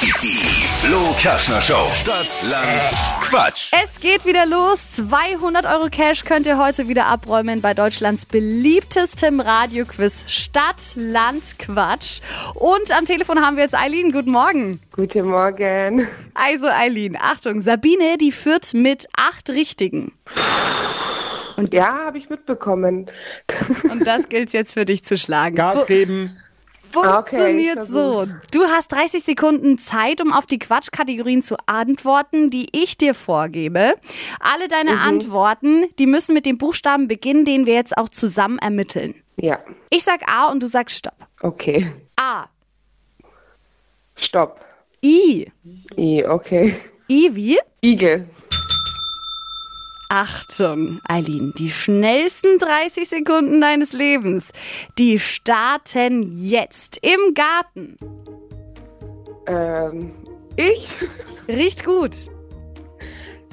Die Flo Kaschner Show. Stadt, Land, Quatsch. Es geht wieder los. 200 Euro Cash könnt ihr heute wieder abräumen bei Deutschlands beliebtestem Radioquiz Stadt, Land, Quatsch. Und am Telefon haben wir jetzt Eileen. Guten Morgen. Guten Morgen. Also Eileen, Achtung, Sabine, die führt mit acht Richtigen. Ja, habe ich mitbekommen. Und das gilt jetzt für dich zu schlagen. Gas geben. Funktioniert Okay, ich so. Du hast 30 Sekunden Zeit, um auf die Quatschkategorien zu antworten, die ich dir vorgebe. Alle deine Antworten, die müssen mit dem Buchstaben beginnen, den wir jetzt auch zusammen ermitteln. Ja, Ich sag A und du sagst Stopp. okay. A. Stopp. I. I, okay. I wie? Igel. Achtung, Eileen, die schnellsten 30 Sekunden deines Lebens, die starten jetzt im Garten. Ähm, ich? Riecht gut.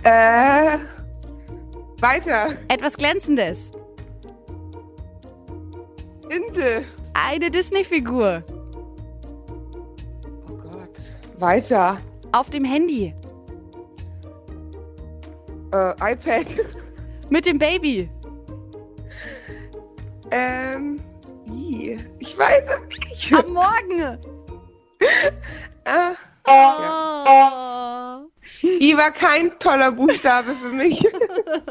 Äh, weiter. Etwas Glänzendes. Insel. Eine Disney-Figur. Oh Gott. Weiter. Auf dem Handy. Äh, iPad. Mit dem Baby. Ähm, I. Ich weiß es nicht. Am Morgen. Äh, Oh. I war kein toller Buchstabe für mich.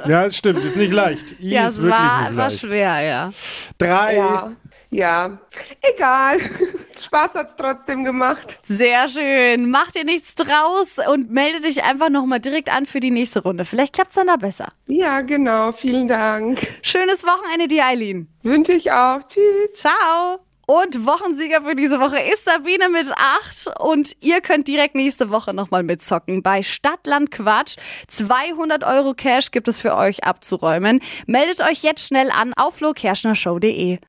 Ja, es stimmt, ist nicht leicht. I Ja, ist es wirklich war, nicht war leicht. schwer, ja. Drei. ja. Ja. Egal. Spaß hat's trotzdem gemacht. Sehr schön. Mach dir nichts draus und melde dich einfach nochmal direkt an für die nächste Runde. Vielleicht klappt's dann da besser. Ja, genau. Vielen Dank. Schönes Wochenende dir, Eileen. Wünsche ich auch. Tschüss. Ciao. Und Wochensieger für diese Woche ist Sabine mit 8 und ihr könnt direkt nächste Woche nochmal mitzocken bei Stadtland Quatsch. 200 Euro Cash gibt es für euch abzuräumen. Meldet euch jetzt schnell an auf flokerschnershow.de.